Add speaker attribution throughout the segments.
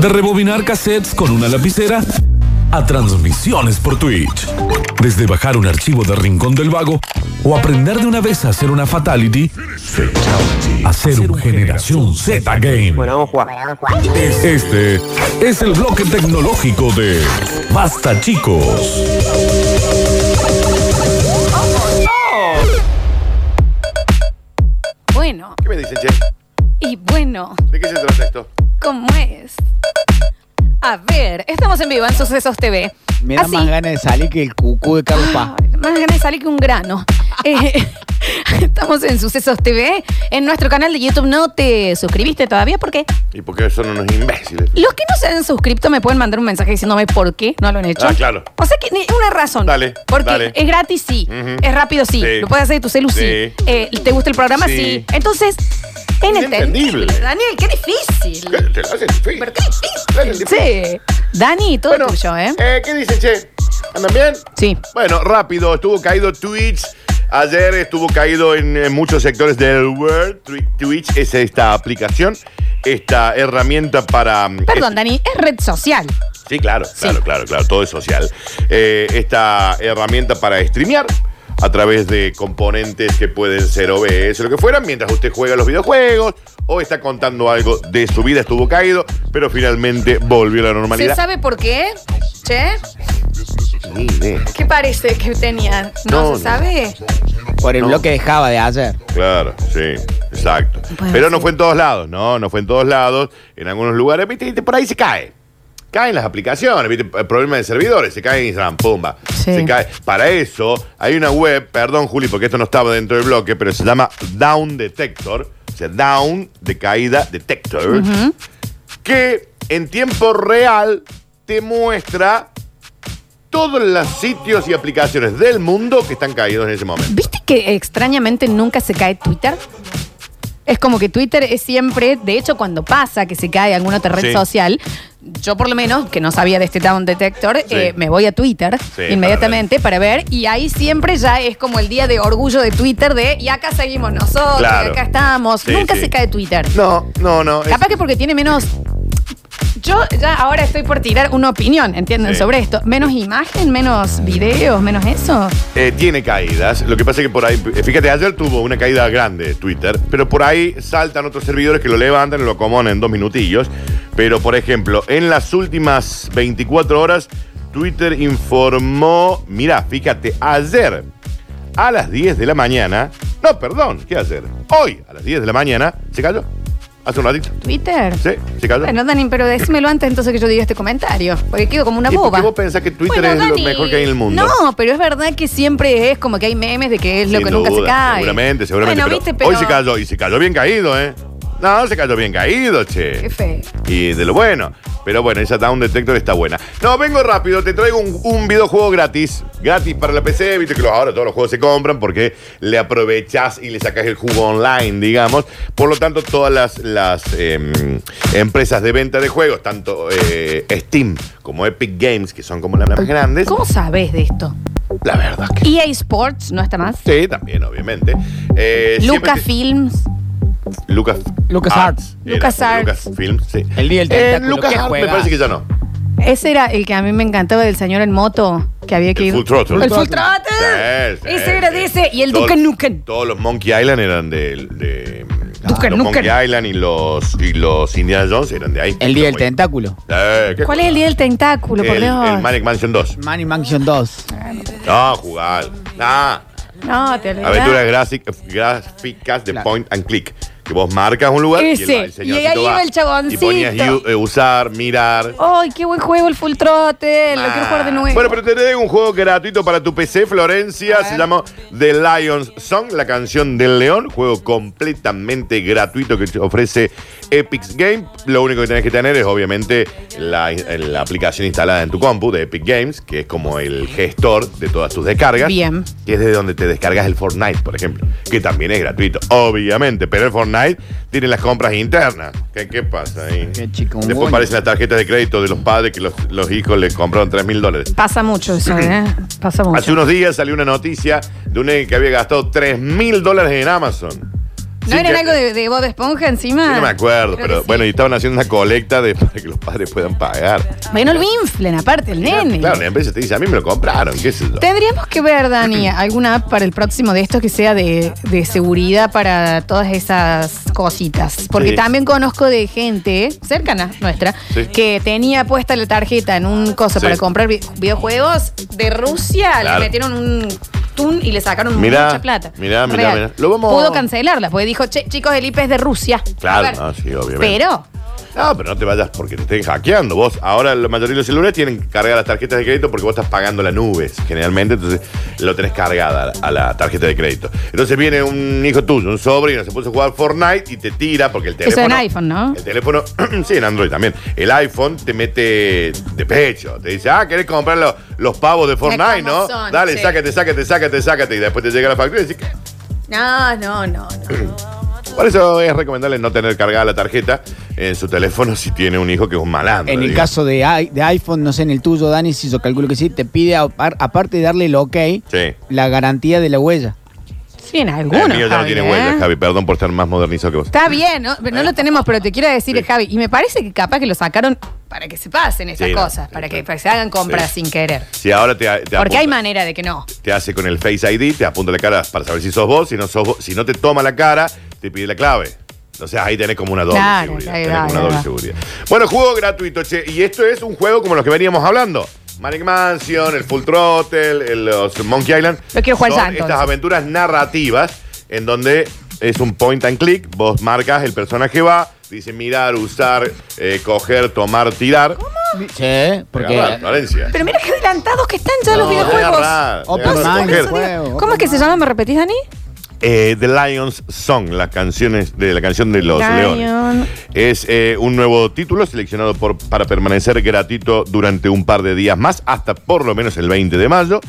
Speaker 1: De rebobinar cassettes con una lapicera a transmisiones por Twitch. Desde bajar un archivo de Rincón del Vago o aprender de una vez a hacer una fatality, a hacer un generación Z game.
Speaker 2: Bueno, vamos a jugar.
Speaker 1: Este es el bloque tecnológico de Basta Chicos.
Speaker 3: Bueno,
Speaker 4: ¿Qué me dicen, che?
Speaker 3: y bueno,
Speaker 4: ¿De qué se trata esto?
Speaker 3: ¿cómo es? A ver, estamos en vivo en Sucesos TV.
Speaker 5: Me da
Speaker 3: Así.
Speaker 5: más ganas de salir que el cucú de Carlos Paz.
Speaker 3: Ay, Más ganas de salir que un grano. Eh, estamos en Sucesos TV. En nuestro canal de YouTube no te suscribiste todavía porque
Speaker 4: ¿Y por qué son unos imbéciles?
Speaker 3: los que no se han suscrito me pueden mandar un mensaje diciéndome por qué no lo han hecho.
Speaker 4: Ah, claro.
Speaker 3: O sea que ni- una razón.
Speaker 4: Dale,
Speaker 3: Porque
Speaker 4: dale.
Speaker 3: es gratis, sí.
Speaker 4: Ujú.
Speaker 3: Es rápido, sí.
Speaker 4: Sí.
Speaker 3: Lo puedes hacer de tu celu, sí.
Speaker 4: Sí.
Speaker 3: Eh, ¿Te gusta el programa? Sí.
Speaker 4: Sí.
Speaker 3: Entonces, es
Speaker 4: Inentendible.
Speaker 3: entendible. Daniel, qué difícil.
Speaker 4: ¿Qué? ¿Te lo hacen difícil?
Speaker 3: ¿Pero qué
Speaker 4: Dale, difícil.
Speaker 3: difícil? Sí. Dani, todo
Speaker 4: Bueno,
Speaker 3: tuyo, ¿eh?
Speaker 4: ¿Qué dicen, che? ¿Andan bien?
Speaker 3: Sí.
Speaker 4: Bueno, rápido, estuvo caído Twitch. Ayer estuvo caído en, eh, muchos sectores del world. Twi- Twitch es esta aplicación, esta herramienta para. mm,
Speaker 3: Perdón,
Speaker 4: es-
Speaker 3: Dani, es red social.
Speaker 4: Sí, claro, claro, claro, claro, todo es social. Eh, esta herramienta para streamear a través de componentes que pueden ser OBS o lo que fuera, mientras usted juega los videojuegos o está contando algo de su vida, estuvo caído, pero finalmente volvió a la
Speaker 3: ¿Se
Speaker 4: normalidad.
Speaker 3: sabe por qué? ¿Che?
Speaker 4: Ni idea.
Speaker 3: ¿Qué parece que tenía? ¿No,
Speaker 4: No,
Speaker 3: se
Speaker 4: no.
Speaker 3: sabe?
Speaker 5: Por el
Speaker 4: No.
Speaker 5: bloque de Java de ayer.
Speaker 4: Claro, sí, exacto.
Speaker 3: Bueno,
Speaker 4: Pero no
Speaker 3: sí.
Speaker 4: fue en todos lados, no, no fue en todos lados. En algunos lugares, viste, viste, por ahí se cae. Caen las aplicaciones, viste, el problema de servidores, se cae Instagram, pumba.
Speaker 3: Sí.
Speaker 4: Se cae. Para eso hay una web, perdón Juli, porque esto no estaba dentro del bloque, pero se llama Down Detector, o sea, Down de caída detector, que en tiempo real te muestra todos los sitios y aplicaciones del mundo que están caídos en ese momento.
Speaker 3: ¿Viste que extrañamente nunca se cae Twitter? Es como que Twitter es siempre, de hecho, cuando pasa que se cae alguna otra red
Speaker 4: Sí.
Speaker 3: social, yo por lo menos, que no sabía de este Down Detector, eh, me voy a Twitter
Speaker 4: Sí,
Speaker 3: inmediatamente para ver. y ahí siempre ya es como el día de orgullo de Twitter de, y acá seguimos nosotros,
Speaker 4: Claro.
Speaker 3: y acá estamos.
Speaker 4: Sí,
Speaker 3: nunca
Speaker 4: sí.
Speaker 3: se cae Twitter.
Speaker 4: No, no, no. es-
Speaker 3: Capaz que porque tiene menos. Yo ya ahora estoy por tirar una opinión, ¿entienden?
Speaker 4: Sí.
Speaker 3: Sobre esto. Menos imagen, menos videos, menos eso.
Speaker 4: Eh, tiene caídas. Lo que pasa es que por ahí, eh, fíjate, ayer tuvo una caída grande Twitter, pero por ahí saltan otros servidores que lo levantan y lo acomodan en dos minutillos. Pero, por ejemplo, en las últimas 24 horas, Twitter informó, mira, fíjate, ayer a las 10 de la mañana, no, perdón, ¿qué ayer? Hoy a las 10 de la mañana, se cayó. Hace un ratito.
Speaker 3: Twitter.
Speaker 4: Sí, se cayó.
Speaker 3: Bueno, Dani, pero decímelo antes entonces que yo diga este comentario, porque quedo como una
Speaker 4: ¿Y por qué
Speaker 3: boba.
Speaker 4: vos pensás que Twitter
Speaker 3: Bueno,
Speaker 4: es
Speaker 3: Dani,
Speaker 4: lo mejor que hay en el mundo?
Speaker 3: No, pero es verdad que siempre es como que hay memes de que es lo
Speaker 4: Sin
Speaker 3: que nunca se
Speaker 4: duda,
Speaker 3: cae.
Speaker 4: Seguramente, seguramente.
Speaker 3: Bueno,
Speaker 4: pero
Speaker 3: viste, pero...
Speaker 4: Hoy se cayó y se cayó bien caído, ¿eh? No, se cayó bien caído,
Speaker 3: Qué
Speaker 4: che.
Speaker 3: feo.
Speaker 4: Y de lo bueno. Pero bueno, esa Down Detector está buena. No, vengo rápido, te traigo un, un videojuego gratis. Gratis para la PC, viste que los- ahora todos los juegos se compran porque le aprovechás y le sacás el jugo online, digamos. Por lo tanto, todas las, las, em, empresas de venta de juegos, tanto eh, Steam como Epic Games, que son como las más grandes,
Speaker 3: ¿Cómo sabes de esto?
Speaker 4: la verdad que...
Speaker 3: EA Sports no está más.
Speaker 4: Sí, también, obviamente. Eh, siempre te-
Speaker 3: Lucasfilms.
Speaker 4: Lucas Ah,
Speaker 5: Lucas Arts.
Speaker 4: era,
Speaker 3: Lucas Arts.
Speaker 4: Lucas Films, sí.
Speaker 5: El día del
Speaker 4: En
Speaker 5: tentáculo,
Speaker 4: Lucas
Speaker 5: ¿qué
Speaker 4: Arts me
Speaker 5: juegas?
Speaker 4: parece que ya no.
Speaker 3: Ese era el que a mí me encantaba del señor en moto, que había que
Speaker 4: El
Speaker 3: ir.
Speaker 4: Full Throttle.
Speaker 3: El Full
Speaker 5: Throttle.
Speaker 3: Throttle.
Speaker 4: Sí, sí,
Speaker 3: ese era de
Speaker 4: sí.
Speaker 3: ese. Y el
Speaker 4: Todos-
Speaker 3: Duke Nukem.
Speaker 4: Todos los Monkey Island eran de. de- ah,
Speaker 3: Duke
Speaker 4: los
Speaker 3: Nukem.
Speaker 4: Monkey Island y los, y los Indiana Jones eran de ahí.
Speaker 5: El día del
Speaker 4: Muy-
Speaker 5: tentáculo.
Speaker 4: Eh, ¿qué
Speaker 3: ¿Cuál es el día del tentáculo, por
Speaker 4: El,
Speaker 3: Dios?
Speaker 4: el Manic Mansion 2.
Speaker 5: Money Mansion 2.
Speaker 4: Ah, No, jugar. Ah,
Speaker 3: no, te olvidás.
Speaker 4: aventuras grasi- gráficas de
Speaker 5: Claro.
Speaker 4: point and click. Que vos marcas un lugar y,
Speaker 3: Ese.
Speaker 4: el, el señorcito
Speaker 3: Y ahí iba
Speaker 4: va.
Speaker 3: el chaboncito.
Speaker 4: Y ponías u- eh, usar, mirar.
Speaker 3: ¡Ay, qué buen juego el Full Throttle! Lo quiero jugar de nuevo.
Speaker 4: Ah. Bueno, pero te traigo un juego gratuito para tu PC, Florencia. Se llama The Lion's Song, la canción del león. Juego completamente gratuito que te ofrece Epic Games. Lo único que tenés que tener es, obviamente, la, la aplicación instalada en tu compu de Epic Games, que es como el gestor de todas tus descargas.
Speaker 3: Bien.
Speaker 4: Que es de donde te descargas el Fortnite, por ejemplo. Que también es gratuito, obviamente. Pero el Fortnite tiene las compras internas. ¿Qué, qué pasa ahí?
Speaker 5: Qué chikungunya.
Speaker 4: Después aparecen las tarjetas de crédito de los padres que los, los hijos le compraron 3 mil dólares.
Speaker 3: Pasa mucho eso, ¿eh? Pasa mucho.
Speaker 4: Hace unos días salió una noticia de un nene que había gastado 3 mil dólares en Amazon.
Speaker 3: ¿No
Speaker 4: Sí,
Speaker 3: eran
Speaker 4: que-
Speaker 3: algo de, de Bob Esponja encima?
Speaker 4: Yo no me acuerdo,
Speaker 3: Creo
Speaker 4: pero
Speaker 3: que sí.
Speaker 4: bueno, y estaban haciendo una colecta de, para que los padres puedan pagar.
Speaker 3: Bueno, lo inflen, aparte, el nene.
Speaker 4: Claro, la empresa te dice, a mí me lo compraron, qué sé yo.
Speaker 3: Tendríamos que ver, Dani, alguna app para el próximo de estos que sea de, de seguridad para todas esas cositas. Porque
Speaker 4: Sí.
Speaker 3: también conozco de gente cercana nuestra
Speaker 4: Sí.
Speaker 3: que tenía puesta la tarjeta en un cosa
Speaker 4: Sí.
Speaker 3: para comprar vi- videojuegos de Rusia,
Speaker 4: Claro.
Speaker 3: le metieron un tun y le sacaron
Speaker 4: Mirá,
Speaker 3: mucha plata.
Speaker 4: mirá, mirá,
Speaker 3: Real.
Speaker 4: mirá. Lo vamos-
Speaker 3: Pudo cancelarla, porque dijo, "Che, chicos, el IP es de Rusia. A
Speaker 4: Claro,
Speaker 3: ver.
Speaker 4: ah, sí, obviamente.
Speaker 3: Pero,
Speaker 4: No, pero no te vayas porque te estén hackeando. Vos, ahora la mayoría de los celulares tienen que cargar las tarjetas de crédito porque vos estás pagando la nube, generalmente, entonces lo tenés cargada a la tarjeta de crédito. Entonces viene un hijo tuyo, un sobrino, se puso a jugar Fortnite y te tira porque el
Speaker 3: Eso
Speaker 4: teléfono.
Speaker 3: en iPhone, ¿no?
Speaker 4: El teléfono, sí, en Android también. El iPhone te mete de pecho. Te dice, ah, querés comprar lo- los pavos de Fortnite,
Speaker 3: cómo
Speaker 4: ¿no?
Speaker 3: son,
Speaker 4: Dale,
Speaker 3: sí.
Speaker 4: sácate, sácate, sácate, sácate. Y después te llega la factura y decís, "¿Qué?".
Speaker 3: no, no, no, no.
Speaker 4: Por eso es recomendable no tener cargada la tarjeta en su teléfono si tiene un hijo que es un malandro.
Speaker 5: En el
Speaker 4: digamos.
Speaker 5: caso de, i- de iPhone, no sé, en el tuyo, Dani, si yo calculo que sí, te pide, apar- aparte de darle el ok,
Speaker 4: Sí.
Speaker 5: la garantía de la huella.
Speaker 3: Sí, en
Speaker 4: El
Speaker 3: algunos.
Speaker 4: mío ya no
Speaker 3: Javi,
Speaker 4: tiene
Speaker 3: ¿eh?
Speaker 4: huellas, Javi. Perdón por estar más modernizado que vos.
Speaker 3: Está bien, ¿no? Pero no lo tenemos, pero te quiero decir,
Speaker 4: Sí.
Speaker 3: Javi, y me parece que capaz que lo sacaron para que se pasen estas
Speaker 4: Sí, no,
Speaker 3: cosas,
Speaker 4: sí,
Speaker 3: para, que,
Speaker 4: claro.
Speaker 3: para que se hagan compras
Speaker 4: Sí.
Speaker 3: sin querer.
Speaker 4: Si ahora te, te
Speaker 3: Porque
Speaker 4: apunta-
Speaker 3: hay manera de que no.
Speaker 4: te hace con el Face ID, te apunta la cara para saber si sos vos, si no sos vos- si no te toma la cara, te pide la clave. Entonces ahí tenés como una doble
Speaker 3: Claro,
Speaker 4: seguridad.
Speaker 3: ahí
Speaker 4: tenés
Speaker 3: va,
Speaker 4: como una
Speaker 3: ahí
Speaker 4: doble
Speaker 3: va.
Speaker 4: seguridad. Bueno, juego gratuito, che. Y esto es un juego como los que veníamos hablando. Manic Mansion, el Full Throttle, el, los Monkey Island.
Speaker 3: Lo quiero jugar
Speaker 4: Son
Speaker 3: ya, entonces.
Speaker 4: Estas aventuras narrativas en donde es un point and click. Vos marcas el personaje va, dice mirar, usar, eh, coger, tomar, tirar.
Speaker 5: Sí, porque
Speaker 4: Agarrar, Florencia.
Speaker 3: Pero mira qué adelantados que están ya los
Speaker 5: No,
Speaker 3: videojuegos.
Speaker 4: agarrar,
Speaker 3: No, sí,
Speaker 5: agarrar,
Speaker 3: por
Speaker 5: agarrar.
Speaker 3: eso digo,
Speaker 5: Juego,
Speaker 3: ¿Cómo es que
Speaker 5: open
Speaker 3: se llama? ¿Me repetís, Dani?
Speaker 4: Eh, The Lions Song, las canciones de la canción de los
Speaker 3: Lion.
Speaker 4: leones. Es eh, un nuevo título seleccionado por, para permanecer gratuito durante un par de días más, hasta por lo menos el 20 de mayo.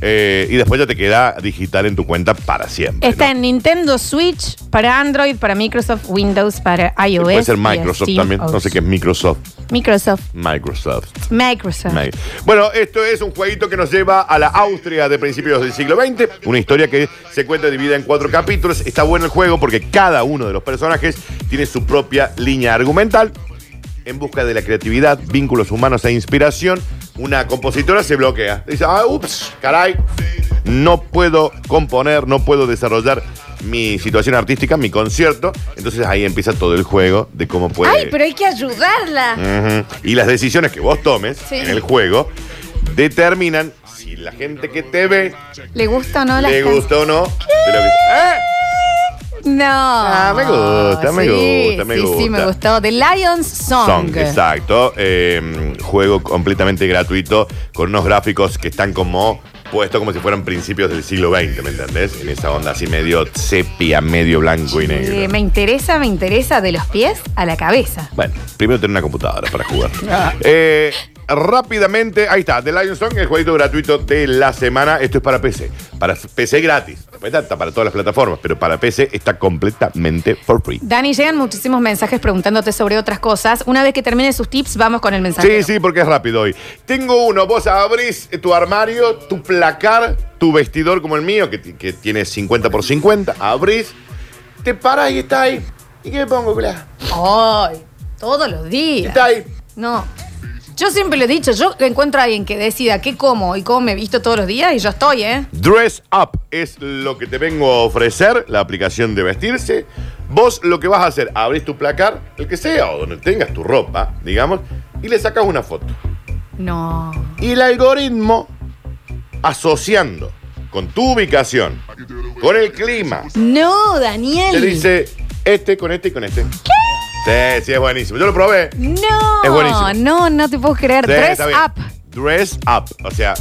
Speaker 4: Eh, y después ya te queda digital en tu cuenta para siempre.
Speaker 3: Está
Speaker 4: ¿no?
Speaker 3: en Nintendo Switch, para Android, para Microsoft Windows, para
Speaker 4: Que
Speaker 3: iOS.
Speaker 4: Puede ser
Speaker 3: y
Speaker 4: Microsoft
Speaker 3: SteamOS.
Speaker 4: también. No sé qué es Microsoft.
Speaker 3: Microsoft.
Speaker 4: Microsoft.
Speaker 3: Microsoft.
Speaker 4: Ahí. Bueno, esto es un jueguito que nos lleva a la Austria de principios del siglo XX, una historia que se cuenta dividida en cuatro capítulos. Está bueno el juego porque cada uno de los personajes tiene su propia línea argumental en busca de la creatividad, vínculos humanos e inspiración. Una compositora se bloquea. Dice, ah, ups, caray, no puedo componer, no puedo desarrollar mi situación artística, mi concierto. Entonces ahí empieza todo el juego de cómo puede...
Speaker 3: Ay, pero hay que ayudarla.
Speaker 4: Ujú. Y las decisiones que vos tomes
Speaker 3: Sí.
Speaker 4: en el juego determinan si la gente que te ve
Speaker 3: ¿Le gusta o no la
Speaker 4: le
Speaker 3: can-
Speaker 4: gusta o no. de lo que- ¡Eh!
Speaker 3: No. Ah,
Speaker 4: me gusta, me gusta, me
Speaker 3: Sí, sí, me
Speaker 4: gusta.
Speaker 3: gustó. The Lion's Song.
Speaker 4: Song, exacto. Eh, juego completamente gratuito con unos gráficos que están como puestos como si fueran principios del siglo XX, ¿me entendés? En esa onda así medio sepia, medio blanco y negro.
Speaker 3: Eh, me interesa, me interesa de los pies a la cabeza.
Speaker 4: Bueno, primero tener una computadora para jugar. Eh, rápidamente, ahí está, The Lion Song, el jueguito gratuito de la semana. Esto es para PC. Para f- PC gratis. Después Está está para todas las plataformas, pero para PC está completamente for free.
Speaker 3: Dani, llegan muchísimos mensajes preguntándote sobre otras cosas. Una vez que termine sus tips, vamos con el mensaje.
Speaker 4: Sí, sí, porque es rápido hoy. Tengo uno, vos abrís tu armario, tu placar, tu vestidor como el mío, que, t- que tiene 50 por 50, abrís, te parás y está ahí. ¿Y qué me pongo, Blas?
Speaker 3: Ay, todos los días.
Speaker 4: Está ahí.
Speaker 3: No. Yo siempre lo he dicho, yo encuentro a alguien que decida qué como y cómo me visto todos los días y yo estoy, ¿eh?
Speaker 4: Dress Up es lo que te vengo a ofrecer, la aplicación de vestirse. Vos lo que vas a hacer, abrís tu placar, el que sea, o donde tengas tu ropa, digamos, y le sacas una foto.
Speaker 3: No.
Speaker 4: Y el algoritmo, asociando con tu ubicación, con el clima,
Speaker 3: No, Daniel.
Speaker 4: te dice este con este y con este. ¿Qué? Sí, sí, es buenísimo. Yo lo probé.
Speaker 3: No.
Speaker 4: Es buenísimo.
Speaker 3: No, no te puedo creer.
Speaker 4: Sí,
Speaker 3: Dress
Speaker 4: está bien.
Speaker 3: up.
Speaker 4: Dress Up, o sea,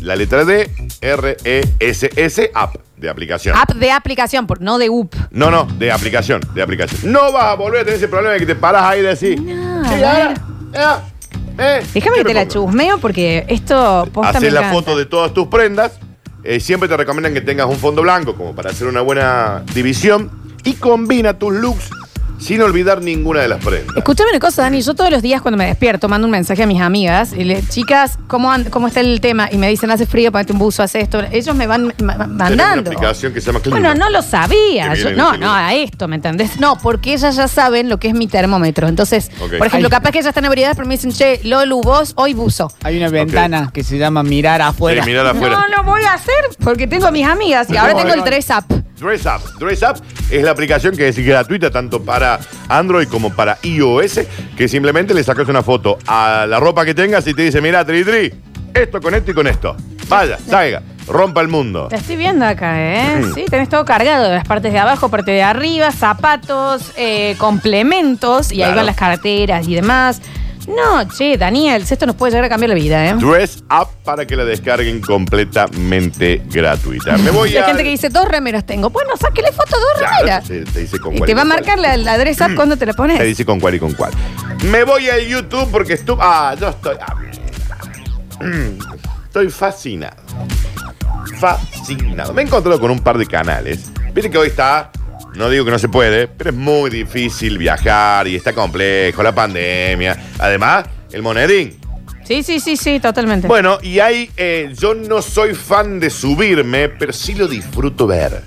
Speaker 4: la letra D, E R-E-S-S, app de aplicación.
Speaker 3: App de aplicación, por, no de UP.
Speaker 4: No, no, de aplicación, de aplicación. No vas a volver a tener ese problema de que te paras ahí y decís.
Speaker 3: No,
Speaker 4: "Sí,
Speaker 3: a
Speaker 4: ahora, eh, eh,
Speaker 3: Déjame
Speaker 4: ¿qué
Speaker 3: que te
Speaker 4: me
Speaker 3: la
Speaker 4: pongo?".
Speaker 3: chusmeo porque esto posta me
Speaker 4: Haces la
Speaker 3: encanta.
Speaker 4: foto de todas tus prendas. eh, siempre te recomiendan que tengas un fondo blanco como para hacer una buena división. Y combina tus looks sin olvidar ninguna de las prendas.
Speaker 3: Escúchame una cosa, Dani. Yo todos los días cuando me despierto mando un mensaje a mis amigas y les chicas, ¿cómo, and- cómo está el tema? Y me dicen, hace frío, ponete un buzo, hace esto. Ellos me van ma- ma-
Speaker 4: Tenemos
Speaker 3: mandando.
Speaker 4: una aplicación que se llama Clima.
Speaker 3: Bueno, no lo sabía.
Speaker 4: Que
Speaker 3: Yo-
Speaker 4: viene en el
Speaker 3: no, no,
Speaker 4: celular.
Speaker 3: a esto, ¿me entendés? No, porque ellas ya saben lo que es mi termómetro. Entonces,
Speaker 4: Ok.
Speaker 3: por ejemplo,
Speaker 5: Ay.
Speaker 3: capaz que ellas están abrigadas, pero me dicen, che, Lolu, vos hoy buzo.
Speaker 5: Hay una ventana que se llama mirar afuera.
Speaker 4: Sí, mirar afuera.
Speaker 3: No lo voy a hacer porque tengo a mis amigas y ahora
Speaker 4: No,
Speaker 3: tengo el
Speaker 4: no.
Speaker 3: 3 up.
Speaker 4: Dress Up. Dress Up es la aplicación que es gratuita tanto para Android como para iOS, que simplemente le sacas una foto a la ropa que tengas y te dice, mira, Tri Tri, esto con esto y con esto. Vaya, salga, rompa el mundo.
Speaker 3: Te estoy viendo acá, ¿eh? Sí, tenés todo cargado, las partes de abajo, parte de arriba, zapatos, eh, complementos, y ahí
Speaker 4: Claro.
Speaker 3: van las carteras y demás. No, che, Daniel, esto nos puede llegar a cambiar la vida, ¿eh?
Speaker 4: Dress Up para que la descarguen completamente gratuita. Me voy
Speaker 3: Hay
Speaker 4: a...
Speaker 3: gente que dice, dos remeras tengo. Bueno, sáquele foto a dos
Speaker 4: Claro,
Speaker 3: remeras.
Speaker 4: te, te dice con Mm.
Speaker 3: Y
Speaker 4: cuál
Speaker 3: te
Speaker 4: y
Speaker 3: va a
Speaker 4: con
Speaker 3: marcar
Speaker 4: cuál.
Speaker 3: la, la dress up cuando te la
Speaker 4: Te
Speaker 3: pones.
Speaker 4: dice con cuál y con cuál. Me voy al YouTube porque estuve... Ah, yo estoy... ah, mm, estoy fascinado. Fascinado. Me he encontrado con un par de canales. Viste que hoy está... No digo que no se puede, pero es muy difícil viajar y está complejo la pandemia. Además, el monedín.
Speaker 3: Sí, sí, sí, sí, totalmente.
Speaker 4: Bueno, y hay, eh, yo no soy fan de subirme, pero sí lo disfruto ver.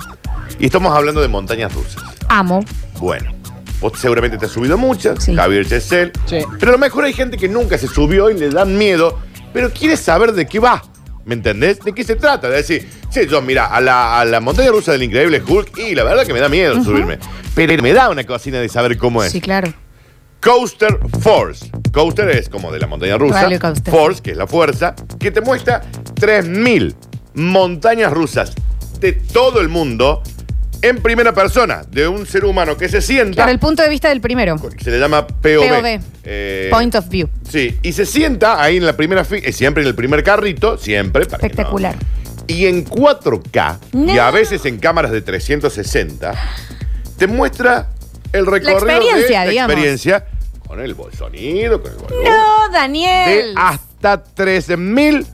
Speaker 4: Y estamos hablando de montañas rusas.
Speaker 3: Amo.
Speaker 4: Bueno, vos seguramente te has subido muchas,
Speaker 3: Sí.
Speaker 4: Javier Chesel.
Speaker 5: Sí.
Speaker 4: Pero a lo mejor hay gente que nunca se subió y le dan miedo, pero quiere saber de qué va. ¿Me entendés? ¿De qué se trata? De decir, sí, yo, mira, a la, a la montaña rusa del increíble Hulk, y la verdad que me da miedo subirme. Pero me da una cocina de saber cómo es.
Speaker 3: Sí, claro.
Speaker 4: Coaster Force. Coaster es como de la montaña rusa.
Speaker 3: Roller coaster.
Speaker 4: Force, que es la fuerza, que te muestra 3.000 montañas rusas de todo el mundo en primera persona, de un ser humano que se sienta.
Speaker 3: Claro, el punto de vista del primero.
Speaker 4: Se le llama POV.
Speaker 3: POV.
Speaker 4: Eh,
Speaker 3: Point of view.
Speaker 4: Sí, y se sienta ahí en la primera fila, siempre en el primer carrito, siempre. para que no-
Speaker 3: Espectacular.
Speaker 4: y en 4K, y
Speaker 3: No.
Speaker 4: a veces en cámaras de 360, te muestra el recorrido
Speaker 3: experiencia,
Speaker 4: de la
Speaker 3: digamos.
Speaker 4: experiencia con el bol- sonido, con el volumen,
Speaker 3: No,
Speaker 4: de
Speaker 3: Daniel.
Speaker 4: hasta 13.000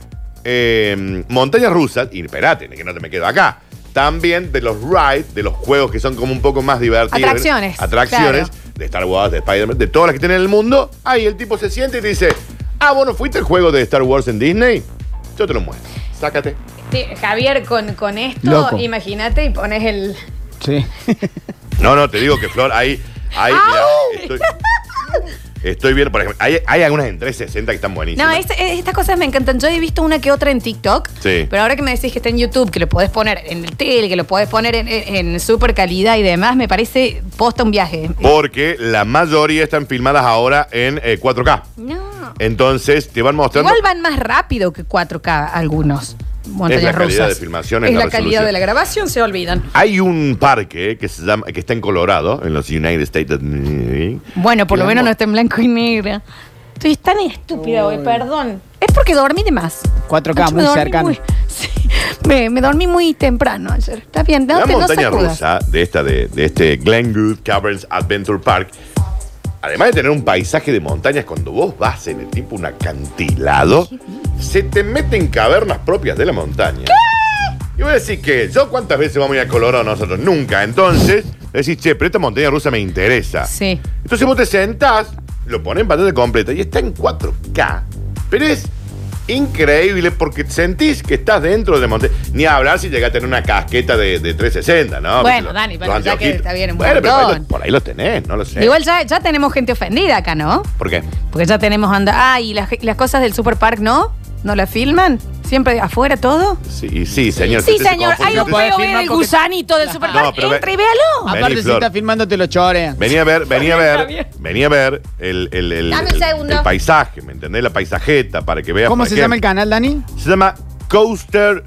Speaker 4: eh, montañas rusas. Y espérate, que no te me quedo acá. También de los rides, de los juegos que son como un poco más divertidos.
Speaker 3: Atracciones,
Speaker 4: Atracciones
Speaker 3: claro.
Speaker 4: de Star Wars, de Spider-Man, de todas las que tienen en el mundo. Ahí el tipo se siente y te dice, ah, bueno, ¿fuiste el juego de Star Wars en Disney? Yo te lo muestro. Sácate.
Speaker 3: Sí, Javier, con, con esto,
Speaker 5: Loco.
Speaker 3: imagínate y pones el.
Speaker 5: Sí.
Speaker 4: No, no, te digo que Flor, ahí, ahí, mira,
Speaker 3: ¡Au!
Speaker 4: estoy, estoy viendo, por ejemplo, hay, hay algunas en 360 que están
Speaker 3: No,
Speaker 4: buenísimas.
Speaker 3: este- estas cosas me encantan. Yo he visto una que otra en TikTok.
Speaker 4: Sí.
Speaker 3: Pero ahora que me decís que está en YouTube, que lo podés poner en el tele, que lo podés poner en, en- en super calidad y demás, me parece posta un viaje.
Speaker 4: Porque la mayoría están filmadas ahora en eh, 4K.
Speaker 3: No.
Speaker 4: Entonces te van mostrando.
Speaker 3: Igual van más rápido que 4K algunos. Montañas
Speaker 4: Es la calidad
Speaker 3: rusas.
Speaker 4: de filmación, es
Speaker 3: Es
Speaker 4: la
Speaker 3: la calidad
Speaker 4: resolución.
Speaker 3: de la grabación, se olvidan.
Speaker 4: Hay un parque que se llama, que está en Colorado, en los United States. of-
Speaker 3: Bueno, por lo
Speaker 4: Digamos,
Speaker 3: menos no está en blanco y negro. Estoy tan estúpida hoy, perdón. Es porque dormí de más.
Speaker 5: 4K,
Speaker 3: Yo me
Speaker 5: muy
Speaker 3: dormí
Speaker 5: cercano.
Speaker 3: sí, me, me dormí muy temprano ayer. Está bien, no
Speaker 4: la
Speaker 3: te no
Speaker 4: montaña
Speaker 3: sacudas.
Speaker 4: rusa de esta de, de este Glenwood Caverns Adventure Park. Además de tener un paisaje de montañas, cuando vos vas en el tipo un acantilado, se te meten cavernas propias de la montaña. Y voy a decir que yo cuántas veces vamos a ir a Colorado nosotros, nunca. Entonces, decís, che, pero esta montaña rusa me interesa.
Speaker 3: Sí.
Speaker 4: Entonces vos te sentás, lo pones en pantalla completa y está en 4K. Pero es increíble porque sentís que estás dentro de montaña. Ni hablar si llegaste a tener una casqueta de, de 360, ¿no?
Speaker 3: Bueno,
Speaker 4: Los-
Speaker 3: Dani,
Speaker 4: los
Speaker 3: pero ya que
Speaker 4: anteojitos.
Speaker 3: está bien un
Speaker 4: Bueno, pero por ahí,
Speaker 3: montón.
Speaker 4: lo, por ahí lo tenés, no lo sé.
Speaker 3: Igual ya, ya tenemos gente ofendida acá, ¿no?
Speaker 4: ¿Por qué?
Speaker 3: Porque ya tenemos anda. Ah, y las, las cosas del Super Park, ¿no? ¿No las filman? ¿Siempre afuera todo?
Speaker 4: Sí, sí, señor.
Speaker 3: Sí,
Speaker 4: usted se
Speaker 3: señor. Hay
Speaker 4: confundió.
Speaker 3: un
Speaker 5: No podés
Speaker 3: feo en
Speaker 5: filmar
Speaker 3: el
Speaker 5: porque-
Speaker 3: gusanito del Super Park.
Speaker 4: No, pero ve-
Speaker 3: Entra y véalo.
Speaker 4: Vení,
Speaker 5: Aparte, si
Speaker 4: Flor.
Speaker 5: estás filmándote los chores.
Speaker 4: Venía a ver, venía a
Speaker 3: Está
Speaker 4: ver,
Speaker 3: bien.
Speaker 4: venía a ver el, el- el-
Speaker 3: Dame un
Speaker 4: el-
Speaker 3: segundo.
Speaker 4: el paisaje, ¿me entendés? La paisajeta para que veas.
Speaker 5: ¿Cómo
Speaker 4: por
Speaker 5: se llama el
Speaker 4: ejemplo.
Speaker 5: canal, Dani?
Speaker 4: Se llama Coaster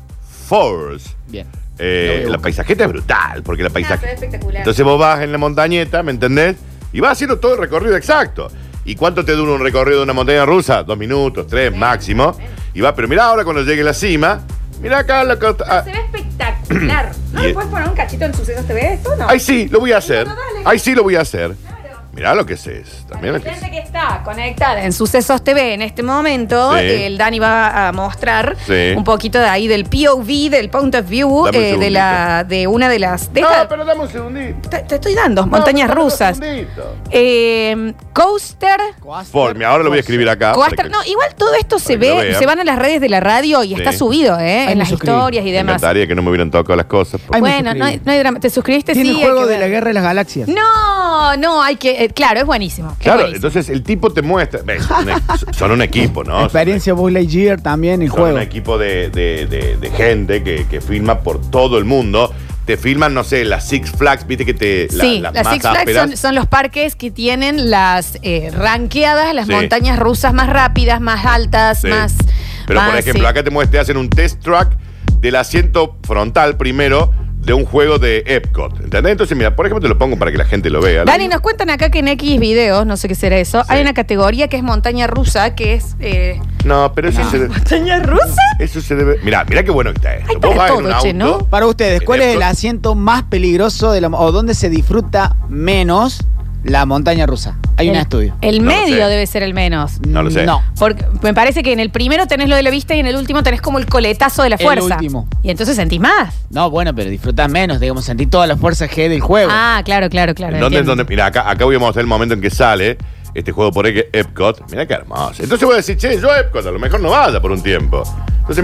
Speaker 4: Force.
Speaker 5: Bien.
Speaker 4: Eh,
Speaker 5: Lo voy a
Speaker 4: la
Speaker 5: buscar.
Speaker 4: paisajeta es brutal, porque la
Speaker 3: pero es
Speaker 4: paisajeta.
Speaker 3: Ah, espectacular.
Speaker 4: Entonces vos vas en la montañeta, ¿me entendés? Y vas haciendo todo el recorrido exacto. ¿Y cuánto te dura un recorrido de una montaña rusa? Dos minutos, tres máximo. Y va, pero mirá ahora cuando llegue a la cima, mirá acá la costa- ah,
Speaker 3: ve espectacular.
Speaker 4: ¿No le Y- podés
Speaker 3: poner un cachito en Sucesos TV esto? No.
Speaker 4: Ahí sí, lo voy a hacer.
Speaker 3: No, dale.
Speaker 4: Ahí sí lo voy a hacer. Mirá lo que es, es. También lo que es.
Speaker 3: Gente que está conectada en Sucesos TV en este momento,
Speaker 4: Sí.
Speaker 3: el Dani va a mostrar
Speaker 4: Sí.
Speaker 3: un poquito de ahí del POV, del point of view,
Speaker 4: Dame un
Speaker 3: eh, de,
Speaker 4: segundito.
Speaker 3: la, de una de las... de
Speaker 4: No,
Speaker 3: esta-
Speaker 4: pero dame un segundito.
Speaker 3: te, te estoy dando, montañas
Speaker 4: No, pero dame un
Speaker 3: rusas.
Speaker 4: segundito.
Speaker 3: Eh, coaster...
Speaker 4: Por, mira, ahora lo voy a escribir acá.
Speaker 3: Coaster,
Speaker 4: Ah, para que-
Speaker 3: no, igual todo esto se
Speaker 4: para que lo
Speaker 3: ve,
Speaker 4: vean.
Speaker 3: se van a las redes de la radio y está subido, ¿eh?
Speaker 5: Ay,
Speaker 3: en
Speaker 5: me
Speaker 3: las
Speaker 5: suscribí.
Speaker 3: historias y
Speaker 4: Me
Speaker 3: demás.
Speaker 4: encantaría que no me hubieran tocado las cosas. pues.
Speaker 5: Ay, me
Speaker 3: bueno, no hay,
Speaker 5: suscribí.
Speaker 3: no hay drama. ¿Te suscribiste?
Speaker 5: Tiene
Speaker 3: sí,
Speaker 5: el
Speaker 3: hay
Speaker 5: juego
Speaker 3: que
Speaker 5: de la
Speaker 3: ver.
Speaker 5: guerra de las galaxias.
Speaker 3: No, no, hay que. eh, claro, es buenísimo. es
Speaker 4: Claro,
Speaker 3: buenísimo.
Speaker 4: entonces el tipo te muestra. ves, un e- son un equipo, ¿no? Son-
Speaker 5: Experiencia Buzz Lightyear también, el
Speaker 4: son
Speaker 5: juego.
Speaker 4: un equipo de, de- de- de gente que, que filma por todo el mundo. Te filman, no sé, las Six Flags, viste que te. la-
Speaker 3: sí, las
Speaker 4: más
Speaker 3: Six Flags
Speaker 4: ásperas.
Speaker 3: son, son los parques que tienen las eh, ranqueadas, las
Speaker 4: Sí.
Speaker 3: montañas rusas más rápidas, más altas,
Speaker 4: Sí.
Speaker 3: más.
Speaker 4: Pero por
Speaker 3: más,
Speaker 4: ejemplo,
Speaker 3: sí.
Speaker 4: acá te muestran, te hacen un test track del asiento frontal primero de un juego de Epcot. ¿Entendés? Entonces, mira, por ejemplo, te lo pongo para que la gente lo vea.
Speaker 3: Dani, nos cuentan acá que en X videos, no sé qué será eso,
Speaker 4: Sí.
Speaker 3: hay una categoría que es montaña rusa, que es. eh,
Speaker 4: No, pero eso, Se,
Speaker 3: ¿Montaña rusa?
Speaker 4: eso se debe. Mira, mira qué bueno que está esto.
Speaker 3: Hay para
Speaker 4: vas en
Speaker 3: todo,
Speaker 4: un
Speaker 3: che,
Speaker 4: auto,
Speaker 3: ¿no?
Speaker 5: Para ustedes, ¿cuál
Speaker 4: En
Speaker 5: es el
Speaker 4: Epcot.
Speaker 5: asiento más peligroso de la, o dónde se disfruta menos la montaña rusa? Hay un
Speaker 3: el-
Speaker 5: estudio.
Speaker 3: El
Speaker 4: No lo
Speaker 3: medio
Speaker 4: sé.
Speaker 3: debe ser el menos.
Speaker 4: No lo sé.
Speaker 5: No.
Speaker 3: Porque me parece que en el primero tenés lo de la vista y en el último tenés como el coletazo de la
Speaker 5: El
Speaker 3: fuerza.
Speaker 5: último.
Speaker 3: Y entonces sentís más.
Speaker 5: No, bueno, pero disfrutas menos, digamos, sentí toda la fuerza G del juego.
Speaker 3: Ah, claro, claro, claro.
Speaker 4: ¿En dónde,
Speaker 3: entiendo.
Speaker 4: dónde? Mira, acá, acá voy a mostrar el momento en que sale este juego por Ep- Epcot. Mira qué hermoso. Entonces voy a decir, che, yo a Epcot a lo mejor no vaya por un tiempo. Entonces,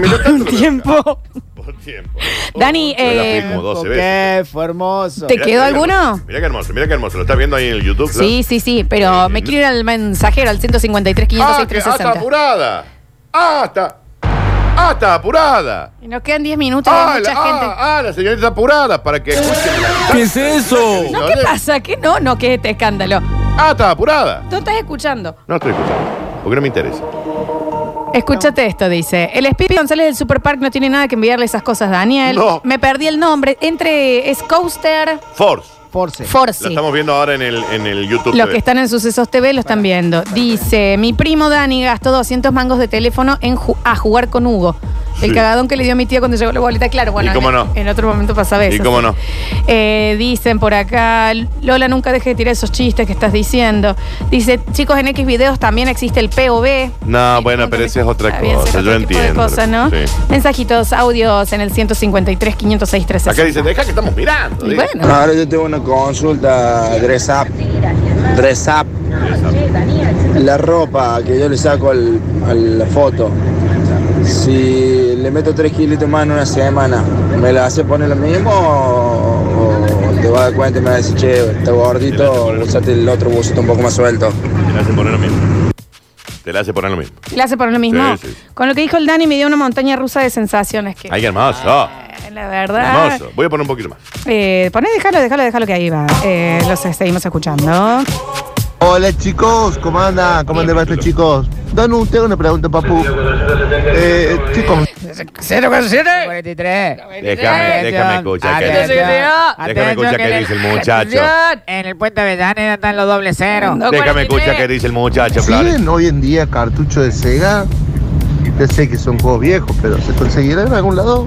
Speaker 4: mira, tanto lo voy a
Speaker 5: Tiempo.
Speaker 4: buscar. Por tiempo.
Speaker 3: Dani,
Speaker 4: Yo Oh, la fui
Speaker 3: eh,
Speaker 4: como 12 veces.
Speaker 5: Qué fue hermoso.
Speaker 3: Te-
Speaker 4: Mirá,
Speaker 3: quedó
Speaker 4: mirá qué
Speaker 3: alguno?
Speaker 4: hermoso, Mirá qué hermoso, mirá qué hermoso. Lo estás viendo ahí en el YouTube. ¿no?
Speaker 3: Sí, sí, sí, pero
Speaker 4: Eh,
Speaker 3: me
Speaker 4: no.
Speaker 3: quiero ir al mensajero, al 153
Speaker 4: Ah,
Speaker 3: 506
Speaker 4: que- ah, está
Speaker 3: 360.
Speaker 4: apurada. Ah, está. Ah, está apurada.
Speaker 3: Y nos quedan 10 minutos,
Speaker 4: Ah,
Speaker 3: hay mucha
Speaker 4: la,
Speaker 3: gente.
Speaker 4: ah, ah, la señorita está apurada para que escuchen la
Speaker 1: ¿Qué es eso?
Speaker 3: no, ¿qué pasa? ¿Qué no? No, que es este escándalo.
Speaker 4: Ah, está apurada.
Speaker 3: Tú estás escuchando.
Speaker 4: No estoy escuchando, porque no me interesa.
Speaker 3: Escúchate esto, dice. El Speedy González del Superpark no tiene nada que enviarle esas cosas, Daniel.
Speaker 4: No.
Speaker 3: Me perdí el nombre. Entre es Coaster,
Speaker 4: Force.
Speaker 5: Force.
Speaker 4: La
Speaker 3: Force.
Speaker 4: estamos viendo ahora en el, en el YouTube.
Speaker 3: Los
Speaker 4: TV.
Speaker 3: Ah, que están en Sucesos TV lo están viendo. Dice, mi primo Dani gastó 200 mangos de teléfono en ju- a jugar con Hugo. El
Speaker 4: Sí.
Speaker 3: cagadón que le dio mi tía cuando llegó la boleta. Claro, bueno,
Speaker 4: ¿Y cómo
Speaker 3: en,
Speaker 4: no?
Speaker 3: en otro momento pasaba eso.
Speaker 4: ¿Y cómo
Speaker 3: sí.
Speaker 4: no?
Speaker 3: Eh, dicen por acá, Lola, nunca deje de tirar esos chistes que estás diciendo. Dice, chicos, en X videos también existe el POV.
Speaker 4: No,
Speaker 3: Sí,
Speaker 4: Ah, bueno,
Speaker 3: un montón
Speaker 4: pero
Speaker 3: de
Speaker 4: esa es otra
Speaker 3: cosas. Bien,
Speaker 4: cosa.
Speaker 3: será
Speaker 4: Yo
Speaker 3: otro tipo de
Speaker 4: entiendo.
Speaker 3: cosa, ¿no?
Speaker 4: Sí.
Speaker 3: Mensajitos, audios en el 153, 506, 360.
Speaker 4: Acá dicen, deja que estamos mirando.
Speaker 3: Y
Speaker 4: dice.
Speaker 3: bueno,
Speaker 2: Ahora yo tengo una consulta, dress up, dress up, la ropa que yo le saco al- a la foto. Si le meto 3 kilitos más en una semana, ¿me la hace poner lo mismo o, o te vas a dar cuenta y me vas a decir, che, está gordito, usate el otro busito un poco más suelto?
Speaker 4: Te la hace poner lo mismo. Te la hace poner lo mismo.
Speaker 3: le hace por lo mismo.
Speaker 4: Sí, sí, sí.
Speaker 3: Con lo que dijo el Dani me dio una montaña rusa de sensaciones que...
Speaker 4: Ay, qué hermoso.
Speaker 3: Eh, La verdad.
Speaker 4: Hermoso. Voy a poner un poquito más.
Speaker 3: Eh, poné, déjalo, déjalo, déjalo que ahí va. Eh, los seguimos escuchando.
Speaker 6: Hola chicos, ¿cómo andan? ¿Cómo andan estos chicos? Danu, te hago una pregunta, papu. Eh, chicos,
Speaker 4: Déjame, déjame escuchar. que-
Speaker 7: Atención.
Speaker 4: Déjame escuchar qué dice el muchacho.
Speaker 7: En el puente Avellaneda están los dobles cero.
Speaker 4: Déjame escuchar qué dice el muchacho, Flores.
Speaker 6: ¿siguen hoy en día cartucho de Sega? Ya sé que son juegos viejos, pero ¿se conseguirá en algún lado?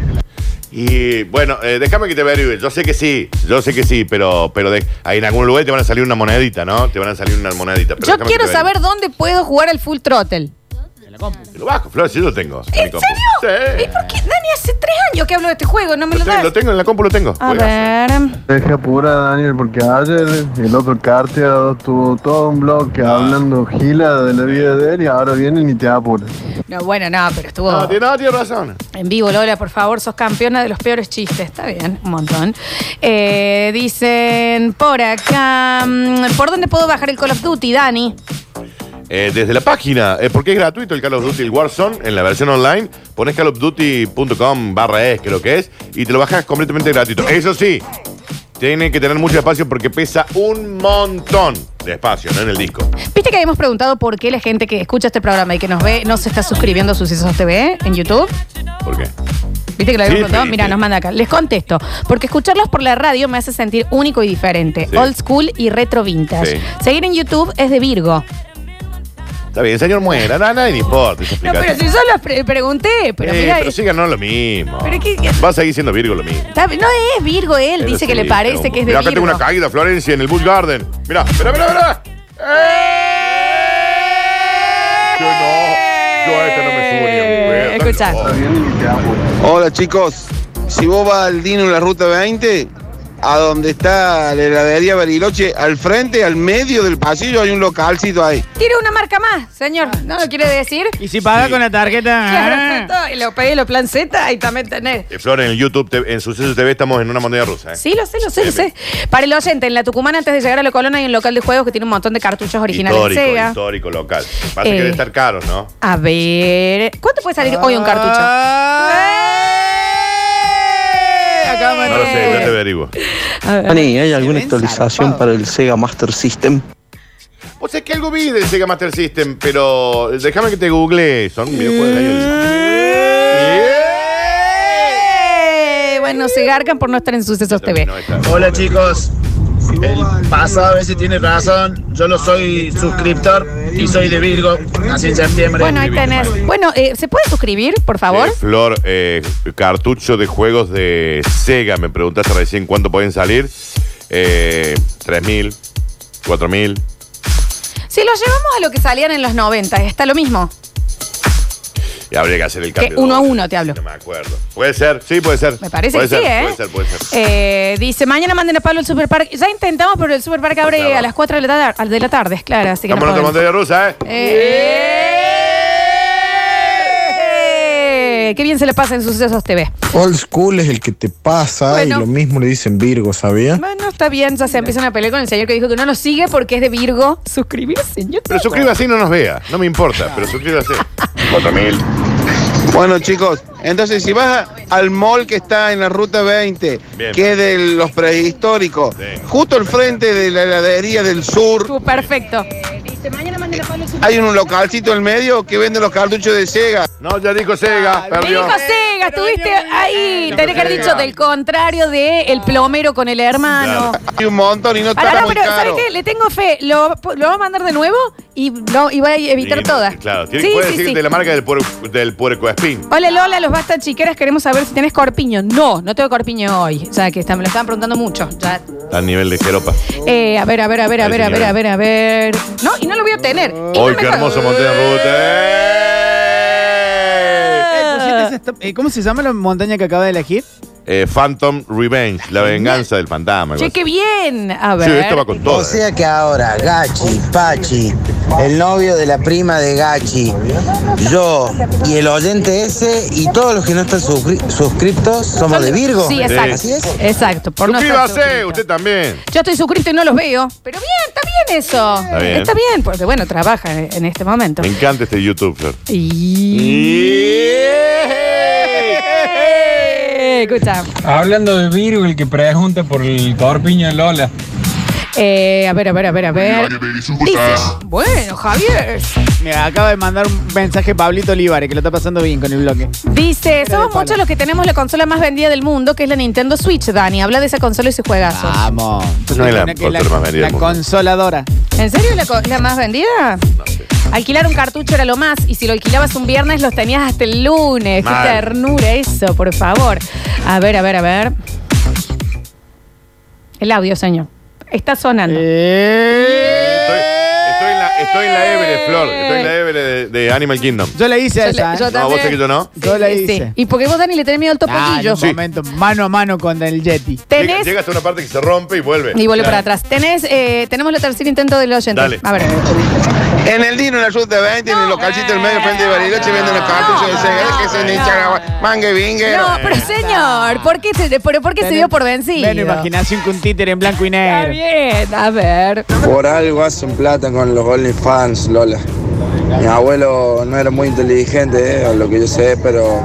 Speaker 4: Y bueno, eh, déjame que te averigüe. Yo sé que sí, yo sé que sí, pero, pero de- ahí en algún lugar te van a salir una monedita, ¿no? Te van a salir una monedita. pero
Speaker 3: Yo
Speaker 4: déjame que
Speaker 3: quiero
Speaker 4: te
Speaker 3: saber dónde puedo jugar al full throttle.
Speaker 4: averigüe. Te Lo bajo, Flores, yo lo tengo.
Speaker 3: ¿En
Speaker 4: mi compu.
Speaker 3: serio?
Speaker 4: pues, Sí.
Speaker 3: ¿Y por qué? Dani, hace tres años que hablo de este juego, no me
Speaker 4: Lo,
Speaker 3: lo
Speaker 4: tengo,
Speaker 3: das.
Speaker 4: lo tengo en la compu, lo tengo.
Speaker 3: A
Speaker 4: Juegazo.
Speaker 3: ver.
Speaker 6: Deja apura Daniel porque ayer el otro carteado tuvo todo un bloque hablando gila de la vida de él y ahora vienen y te apuran.
Speaker 3: No, bueno, no, pero estuvo
Speaker 4: No, Ah, tiene, no, tiene razón.
Speaker 3: en vivo, Lola, por favor, sos campeona de los peores chistes. Está bien, un montón. Eh, dicen por acá. mm, ¿Por dónde puedo bajar el Call of Duty, Dani?
Speaker 4: Eh, desde la página, eh, porque es gratuito el Call of Duty el Warzone en la versión online, pones callofduty.com barra es, creo que es, y te lo bajas completamente gratuito. Eso sí, tiene que tener mucho espacio porque pesa un montón de espacio, ¿no? En el disco.
Speaker 3: Viste que habíamos preguntado por qué la gente que escucha este programa y que nos ve no se está suscribiendo a Sucesos TV en YouTube.
Speaker 4: ¿Por qué?
Speaker 3: ¿Viste que lo habíamos
Speaker 4: Sí,
Speaker 3: preguntado?
Speaker 4: sí,
Speaker 3: Mira,
Speaker 4: sí.
Speaker 3: nos manda acá. Les contesto, porque escucharlos por la radio me hace sentir único y diferente.
Speaker 4: Sí.
Speaker 3: Old school y retro vintage.
Speaker 4: Sí.
Speaker 3: Seguir en YouTube es de Virgo.
Speaker 4: Está bien, señor muera, nada, nadie le importa. esa
Speaker 3: No, pero
Speaker 4: explicación.
Speaker 3: si yo los pre- pregunté, pero
Speaker 4: Eh,
Speaker 3: mira.
Speaker 4: pero sigan, no es lo mismo.
Speaker 3: Pero qué-
Speaker 4: Va a seguir siendo Virgo lo mismo.
Speaker 3: está- No es Virgo él, dice que le parece que es de
Speaker 4: Mira, acá
Speaker 3: Virgo.
Speaker 4: tengo una caída, Florencia, en el Bush Garden. Mira, mira, mira, mira.
Speaker 3: ¡Eh!
Speaker 4: Yo no. Yo a esta no me subo ni en pedo.
Speaker 3: Escucha.
Speaker 4: No.
Speaker 6: bien y te amo.
Speaker 2: Hola chicos, si vos vas al Dino en la ruta 20, a donde está la heladería Bariloche, al frente, al medio del pasillo hay un localcito ahí.
Speaker 3: Tire una marca más,
Speaker 4: Ah.
Speaker 3: señor. ¿No lo quiere decir?
Speaker 5: Y si paga con la tarjeta. ¿eh?
Speaker 3: Claro, está
Speaker 4: Ah.
Speaker 3: todo. Y lo pedí lo plan Z y también tenés.
Speaker 4: Eh, Flor, en el YouTube, te- en Sucesos TV estamos en una montaña rusa. ¿eh?
Speaker 3: Sí, lo sé, lo sé, lo sé. Para el oyente, en la Tucumán, antes de llegar a la Colona, hay un local de juegos que tiene un montón de cartuchos originales
Speaker 4: Histórico,
Speaker 3: de Sega.
Speaker 4: histórico, local. Pasa que
Speaker 3: Eh.
Speaker 4: debe estar caro, ¿no?
Speaker 3: A ver. ¿Cuánto puede salir hoy un cartucho?
Speaker 4: Ah.
Speaker 3: ¡Eh!
Speaker 5: Acá
Speaker 4: No lo sé, ya
Speaker 3: Eh.
Speaker 4: te averiguo.
Speaker 8: Ani, ¿hay alguna
Speaker 5: Bien zarpado.
Speaker 8: actualización para el Sega Master System?
Speaker 4: O sea, que algo vi del Sega Master System, pero déjame que te google. Son videojuegos del año.
Speaker 3: Eh, Bueno, se garcan por no estar en Sucesos TV.
Speaker 4: No, está-
Speaker 9: Hola chicos, el pasado a veces tiene razón, yo lo soy suscriptor y soy de Virgo, nací en septiembre.
Speaker 3: Bueno, ahí tenés. Bueno, eh, ¿se puede suscribir, por favor?
Speaker 4: Eh, Flor, eh, cartucho de juegos de Sega. Me preguntaste recién cuánto pueden salir. Eh, 3.000, 4.000.
Speaker 3: Si lo llevamos a lo que salían en los 90, está lo mismo.
Speaker 4: Y habría que hacer el cambio.
Speaker 3: Que
Speaker 4: de
Speaker 3: uno a
Speaker 4: dólares.
Speaker 3: uno te hablo.
Speaker 4: No me acuerdo. Puede ser, sí, puede ser.
Speaker 3: Me parece
Speaker 4: Puede
Speaker 3: que
Speaker 4: ser,
Speaker 3: sí, ¿eh?
Speaker 4: Puede ser, puede ser.
Speaker 3: Eh, dice, mañana manden a Pablo al Superpark. Ya intentamos, pero el Superpark abre
Speaker 4: Claro.
Speaker 3: a las 4 de la tarde, al de la tarde, es claro, así que
Speaker 4: Estamos en
Speaker 3: no
Speaker 4: otra
Speaker 3: podemos. Este
Speaker 4: montaña rusa, ¿eh?
Speaker 3: Eh, Qué bien se le pasa en Sucesos TV.
Speaker 10: Old School es el que te pasa
Speaker 3: Bueno.
Speaker 10: y lo mismo le dicen Virgo, ¿sabía?
Speaker 3: Bueno, está bien, ya se empiezan a pelear con el señor que dijo que no nos sigue porque es de Virgo. Suscribirse en YouTube.
Speaker 4: Pero suscríbase y no nos vea. No me importa, pero suscríbase. 4000.
Speaker 2: Bueno chicos, entonces si vas a- al mall que está en la ruta 20,
Speaker 4: Bien.
Speaker 2: que es de los prehistóricos,
Speaker 4: Sí.
Speaker 2: justo al frente de la heladería del sur,
Speaker 3: Tú, Perfecto.
Speaker 2: hay un localcito en medio que vende los cartuchos de Sega.
Speaker 4: No, ya dijo Sega,
Speaker 3: Me
Speaker 4: perdió.
Speaker 3: Ah, dijo Sega, estuviste ahí.
Speaker 4: Dijo
Speaker 3: Tenés que haber
Speaker 4: Sega.
Speaker 3: dicho del contrario de el plomero con el hermano.
Speaker 2: Hay un montón y no
Speaker 3: Ah, Pará,
Speaker 2: está
Speaker 3: no,
Speaker 2: muy
Speaker 3: pero ¿sabes
Speaker 2: caro.
Speaker 3: qué? Le tengo fe. Lo, lo va a mandar de nuevo y, lo, y va a evitar
Speaker 4: Sí,
Speaker 3: todas.
Speaker 4: Claro, tiene, puede decir de la marca del, puer- del puerco espín.
Speaker 3: Hola Lola, los basta chiqueras, queremos saber si tenés corpiño. No, no tengo corpiño hoy. O sea, que está- me lo estaban preguntando mucho. Ya.
Speaker 4: A nivel de jeropa.
Speaker 3: Eh, a ver, a ver, a ver, a
Speaker 4: Ay,
Speaker 3: ver, a ver,
Speaker 4: señora.
Speaker 3: a ver, a ver. No, y no lo voy a tener. Y
Speaker 4: Hoy
Speaker 3: no me
Speaker 4: qué
Speaker 3: va-
Speaker 4: hermoso montaña rusa. ¡Eh!
Speaker 5: Eh, pusiste esa esta- eh, ¿Cómo se llama la montaña que acaba de elegir?
Speaker 4: Eh, Phantom Revenge, la venganza del fantasma.
Speaker 3: Che,
Speaker 4: Sí,
Speaker 3: qué bien. A ver.
Speaker 4: esto va con todo.
Speaker 11: O sea que ahora Gachi, Pachi, el novio de la prima de Gachi, yo y el oyente ese y todos los que no están suscri- suscriptos somos de Virgo.
Speaker 3: Sí,
Speaker 4: Sí.
Speaker 3: exacto.
Speaker 11: Así es.
Speaker 3: Exacto. Por no estar
Speaker 4: Suscríbase,
Speaker 3: suscrito.
Speaker 4: usted también.
Speaker 3: Yo estoy suscrito y no los veo. Pero bien, está bien eso.
Speaker 4: Está bien.
Speaker 3: porque bueno, trabaja en, en este momento.
Speaker 4: Me encanta este YouTube, Flor.
Speaker 3: Y... Escucha.
Speaker 10: Hablando de Virgo, el que pregunta por el corpiño de Lola.
Speaker 3: Eh, a ver, a ver, a ver, a ver. Dice, bueno, Javier.
Speaker 5: Me acaba de mandar un mensaje Pablito Olivares, que lo está pasando bien con el bloque.
Speaker 3: Dice,
Speaker 5: de
Speaker 3: somos
Speaker 5: palo.
Speaker 3: muchos los que tenemos la consola más vendida del mundo, que es la Nintendo Switch, Dani. Habla de esa consola y sus juegazos.
Speaker 5: Vamos. Entonces,
Speaker 4: No es la
Speaker 5: una que
Speaker 4: consola más vendida
Speaker 5: la
Speaker 4: del mundo.
Speaker 5: consoladora.
Speaker 3: ¿En serio la, co- la más vendida? Alquilar un cartucho era lo más, y si lo alquilabas un viernes, los tenías hasta el lunes.
Speaker 4: Mal.
Speaker 3: Qué ternura eso, por favor. A ver, a ver, a ver. El audio, señor. Está sonando.
Speaker 5: Eh,
Speaker 4: Estoy, estoy en la, estoy en la Evere, Flor. Estoy en la Evere de, de Animal Kingdom.
Speaker 5: Yo la hice a
Speaker 3: Eh. Yo
Speaker 5: esa.
Speaker 3: la-
Speaker 5: ¿eh?
Speaker 3: yo
Speaker 4: No, vos sé que yo no.
Speaker 5: Yo la hice.
Speaker 3: Y porque vos, Dani, le tenés miedo al
Speaker 5: Ah, en
Speaker 3: topollillo.
Speaker 5: un momento, mano a mano con el Yeti.
Speaker 4: Llega,
Speaker 3: Tenés.
Speaker 4: llega hasta una parte que se rompe y vuelve.
Speaker 3: Y vuelve para atrás. Tenés, eh, tenemos el tercer intento del oyente.
Speaker 4: Dale.
Speaker 3: A ver.
Speaker 2: En el Dino, en la ruta 20, en el localcito del medio, frente de Bariloche, venden los cartuchos de Sega.
Speaker 3: no,
Speaker 2: que se
Speaker 3: no.
Speaker 2: hincha, mangue, vingue.
Speaker 3: No, pero señor, ¿por qué, se- pero ¿por qué se dio por vencido?
Speaker 5: Bueno, imaginación con un títer en blanco y
Speaker 3: Está
Speaker 5: negro.
Speaker 3: bien, a ver.
Speaker 2: Por algo hacen plata con los OnlyFans, Lola. Mi abuelo no era muy inteligente, eh, a lo que yo sé, pero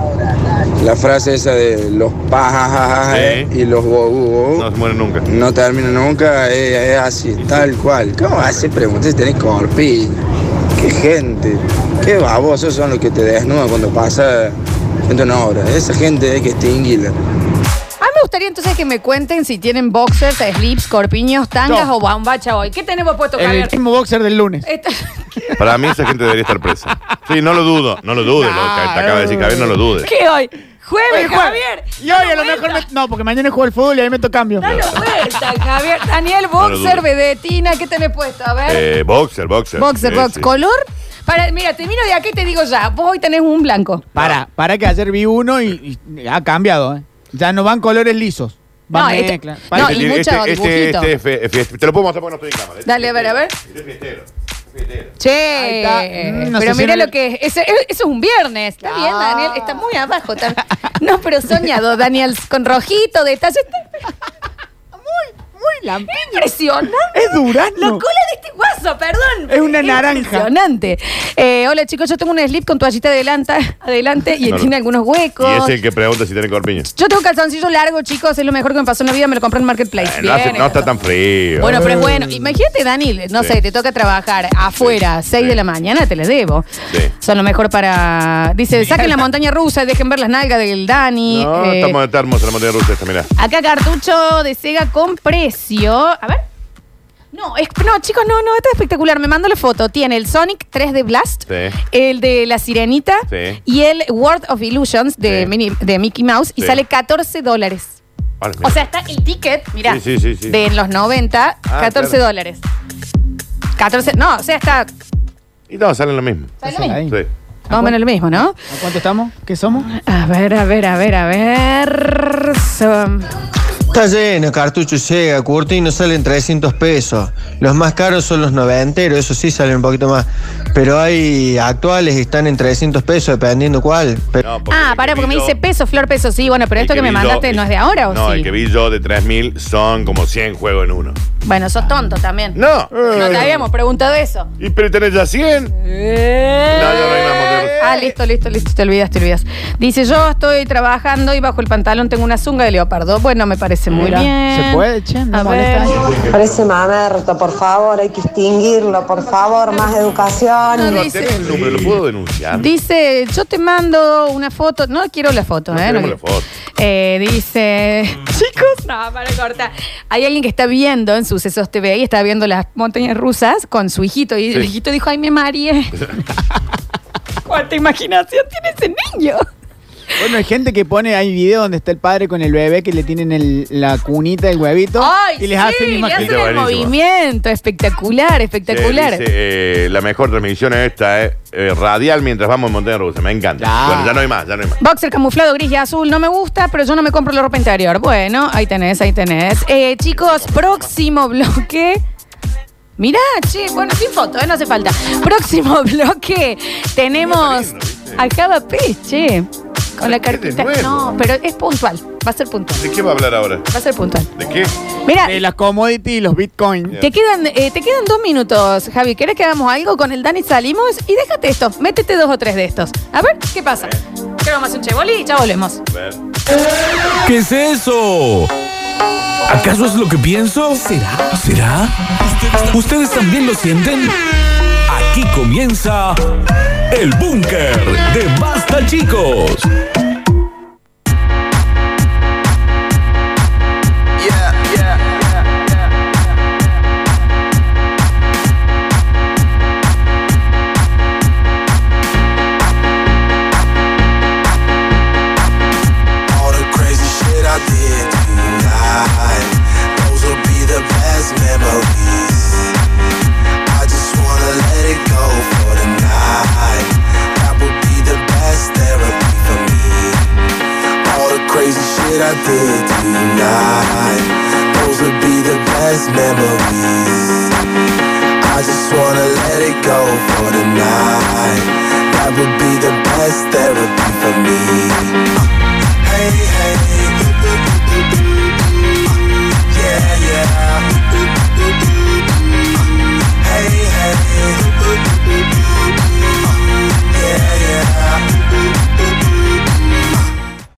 Speaker 2: la frase esa de los pajas
Speaker 4: Sí.
Speaker 2: y los bobu, bobu,
Speaker 4: No se muere nunca.
Speaker 2: no termina nunca, eh, es así, tal cual. ¿Cómo hace preguntas si tenés corpi? ¿Qué gente? ¿Qué babosos son los que te desnudan cuando pasa frente a una obra? Esa gente hay que extinguirla.
Speaker 3: A mí Ah, me gustaría entonces que me cuenten si tienen boxers, slips, corpiños, tangas
Speaker 5: No.
Speaker 3: o bombacha hoy. ¿Qué tenemos puesto,
Speaker 5: El
Speaker 3: Javier?
Speaker 5: mismo boxer del lunes.
Speaker 3: Esta-
Speaker 4: Para mí esa gente debería estar presa. Sí, no lo dudo, no lo dude, loca. Te acaba de decir, Javier, no lo dude.
Speaker 3: ¿Qué hoy? Jueves,
Speaker 5: Oye, jueves.
Speaker 3: Javier.
Speaker 5: Y hoy a lo mejor me- No, porque mañana juego el fútbol y ahí meto cambio.
Speaker 3: Dale vuelta, Javier. Daniel,
Speaker 4: No lo
Speaker 3: boxer,
Speaker 4: dudo.
Speaker 3: vedetina, ¿qué tenés puesto? A ver.
Speaker 4: Eh, boxer, boxer.
Speaker 3: boxer,
Speaker 4: Eh,
Speaker 3: boxer.
Speaker 4: sí.
Speaker 3: ¿Color? Para, mira, te miro de aquí y te digo ya. Vos hoy tenés un blanco.
Speaker 5: Para, para que ayer vi uno y, y ha cambiado, ¿eh? Ya no van colores lisos. Van
Speaker 3: No, este-
Speaker 5: mezclas.
Speaker 3: no, y mucho
Speaker 4: este,
Speaker 3: dibujito.
Speaker 4: este es fe- es fiest- Te lo puedo mostrar porque no estoy en cámara.
Speaker 3: Dale, a ver, a ver.
Speaker 4: Este es fiestero. fiestero.
Speaker 3: Che,
Speaker 5: está. Mm, no
Speaker 3: pero
Speaker 5: sé si
Speaker 3: mira
Speaker 5: no
Speaker 3: lo
Speaker 5: le-
Speaker 3: que es. Ese- e, Eso, es un viernes. Está bien, Daniel. Está muy abajo. está- No, pero soñado, Daniel, con rojito, detalle. Está
Speaker 5: Muy lampiño.
Speaker 3: impresionante.
Speaker 5: Es
Speaker 3: La
Speaker 5: durazno.
Speaker 3: cola de este guaso, perdón.
Speaker 5: Es una naranja.
Speaker 3: Impresionante. Eh, hola, chicos, yo tengo un slip con toallita adelanta, adelante y
Speaker 4: No, no.
Speaker 3: tiene algunos huecos.
Speaker 4: Y es el que pregunta si tiene corpiño.
Speaker 3: Yo tengo calzoncillo largo, chicos, es lo mejor que me pasó en la vida, me lo compré en Marketplace.
Speaker 4: Eh, no, hace-
Speaker 3: Bien,
Speaker 4: no está tan frío.
Speaker 3: Bueno, pero es bueno. Imagínate, Daniel, no
Speaker 4: Sí.
Speaker 3: sé, te toca trabajar afuera, 6 de la mañana, te les debo.
Speaker 4: Sí.
Speaker 3: Son lo mejor para. Dice, saquen la montaña rusa, dejen ver las nalgas del Dani.
Speaker 4: No,
Speaker 3: Eh,
Speaker 4: estamos, está hermosa la montaña rusa esta, mirá.
Speaker 3: Acá cartucho de Sega con precio. A ver. No, es- no, chicos, no, no, está espectacular. Me mando la foto. Tiene el Sonic 3 de Blast,
Speaker 4: Sí.
Speaker 3: el de La Sirenita
Speaker 4: Sí.
Speaker 3: y el World of Illusions de,
Speaker 4: Sí.
Speaker 3: Mini- de Mickey Mouse y
Speaker 4: Sí.
Speaker 3: sale 14 dólares.
Speaker 4: Ahora, mirá.
Speaker 3: O sea, está el ticket, mirá,
Speaker 4: Sí, sí, sí, sí.
Speaker 3: de en los 90,
Speaker 4: Ah,
Speaker 3: 14
Speaker 4: claro.
Speaker 3: dólares. 14, no, o sea, está
Speaker 4: Y no, salen lo mismo.
Speaker 3: sale lo
Speaker 5: Ahí.
Speaker 3: mismo.
Speaker 4: Sí.
Speaker 3: más o menos lo mismo, ¿no?
Speaker 5: ¿A cuánto estamos? ¿Qué somos?
Speaker 3: A ver, a ver, a ver, a ver. Son-
Speaker 6: Está lleno, cartucho llega, curtino salen 300 pesos. Los más caros son los noventeros, eso sí salen un poquito más. Pero hay actuales que están en 300 pesos, dependiendo cuál. Pero
Speaker 4: No, porque el
Speaker 3: Ah,
Speaker 4: que
Speaker 3: para, porque me
Speaker 4: brilló-
Speaker 3: dice peso, flor, peso. Sí, bueno, pero
Speaker 4: el
Speaker 3: esto que me
Speaker 4: vi
Speaker 3: mandaste
Speaker 4: yo-
Speaker 3: no es de ahora, ¿o
Speaker 4: No,
Speaker 3: sí?
Speaker 4: el que vi yo de 3.000 son como 100 juegos en uno.
Speaker 3: Bueno, sos tonto también.
Speaker 4: No.
Speaker 3: No te habíamos preguntado eso.
Speaker 4: ¿Y pero tenés ya 100? No, ya no hay más motivos.
Speaker 3: Ah, listo, listo, listo. Te olvidas, te olvidas. Dice, yo estoy trabajando y bajo el pantalón tengo una zunga de leopardo. Bueno, me parece muy
Speaker 5: Mira,
Speaker 3: bien.
Speaker 5: se puede, che, no
Speaker 3: A
Speaker 5: molesta.
Speaker 3: ver.
Speaker 12: Parece mamerto, por favor, hay que extinguirlo, por favor, más educación.
Speaker 4: No,
Speaker 3: dice-
Speaker 4: tenés el número, lo puedo denunciar.
Speaker 3: Dice, yo te mando una foto. No quiero la foto,
Speaker 4: No
Speaker 3: ¿eh?
Speaker 4: queremos
Speaker 3: No-
Speaker 4: la foto.
Speaker 3: Eh, dice, chicos, no, para cortar. Hay alguien que está viendo en Sucesos TV y está viendo las montañas rusas con su hijito y el
Speaker 4: Sí.
Speaker 3: hijito dijo, ay, me mareé. ¿Cuánta imaginación tiene ese niño?
Speaker 5: Bueno, hay gente que pone, hay videos donde está el padre con el bebé que le tienen el- la cunita, el huevito.
Speaker 3: Ay,
Speaker 5: y les
Speaker 3: sí,
Speaker 5: hacen
Speaker 3: le
Speaker 5: imagen.
Speaker 3: hacen el
Speaker 4: Buenísimo.
Speaker 3: movimiento, espectacular,
Speaker 4: Che,
Speaker 3: espectacular.
Speaker 4: dice, eh, la mejor transmisión es esta, eh, eh, radial mientras vamos en montaña rusa. Me encanta.
Speaker 5: Ya.
Speaker 4: Bueno, ya no hay más, ya no hay más.
Speaker 3: Boxer camuflado gris y azul, no me gusta, pero yo no me compro la ropa interior. Bueno, ahí tenés, ahí tenés. Eh, chicos, próximo bloque. Mirá, che, bueno, sin foto, eh, no hace falta. Próximo bloque tenemos a Java P, che, con la
Speaker 4: ¿Qué de
Speaker 3: cartita.
Speaker 4: nuevo?
Speaker 3: No, pero es puntual, va a ser puntual,
Speaker 4: ¿De qué va a hablar ahora?
Speaker 3: va a ser puntual.
Speaker 4: ¿De qué?
Speaker 3: Mira,
Speaker 5: De las commodities y los bitcoins.
Speaker 3: te quedan, eh, te quedan dos minutos, Javi. ¿Querés que hagamos algo con el Dani? Salimos y déjate esto, métete dos o tres de estos. A ver, ¿qué pasa? ¿Qué vamos a hacer un chevoli? Ya volvemos.
Speaker 4: A ver.
Speaker 1: ¿Qué es eso? ¿Acaso es lo que pienso? ¿Será? ¿Será? ¿Ustedes también lo sienten? Aquí comienza el búnker de Basta Chicos.
Speaker 2: All the crazy shit I did tonight. Those will be the best memories. I just wanna let it go for the night. That would be the best therapy for me. All the crazy shit I did tonight. Those would be the best memories. I just wanna let it go for the night. That would be the best therapy for me. Hey, hey,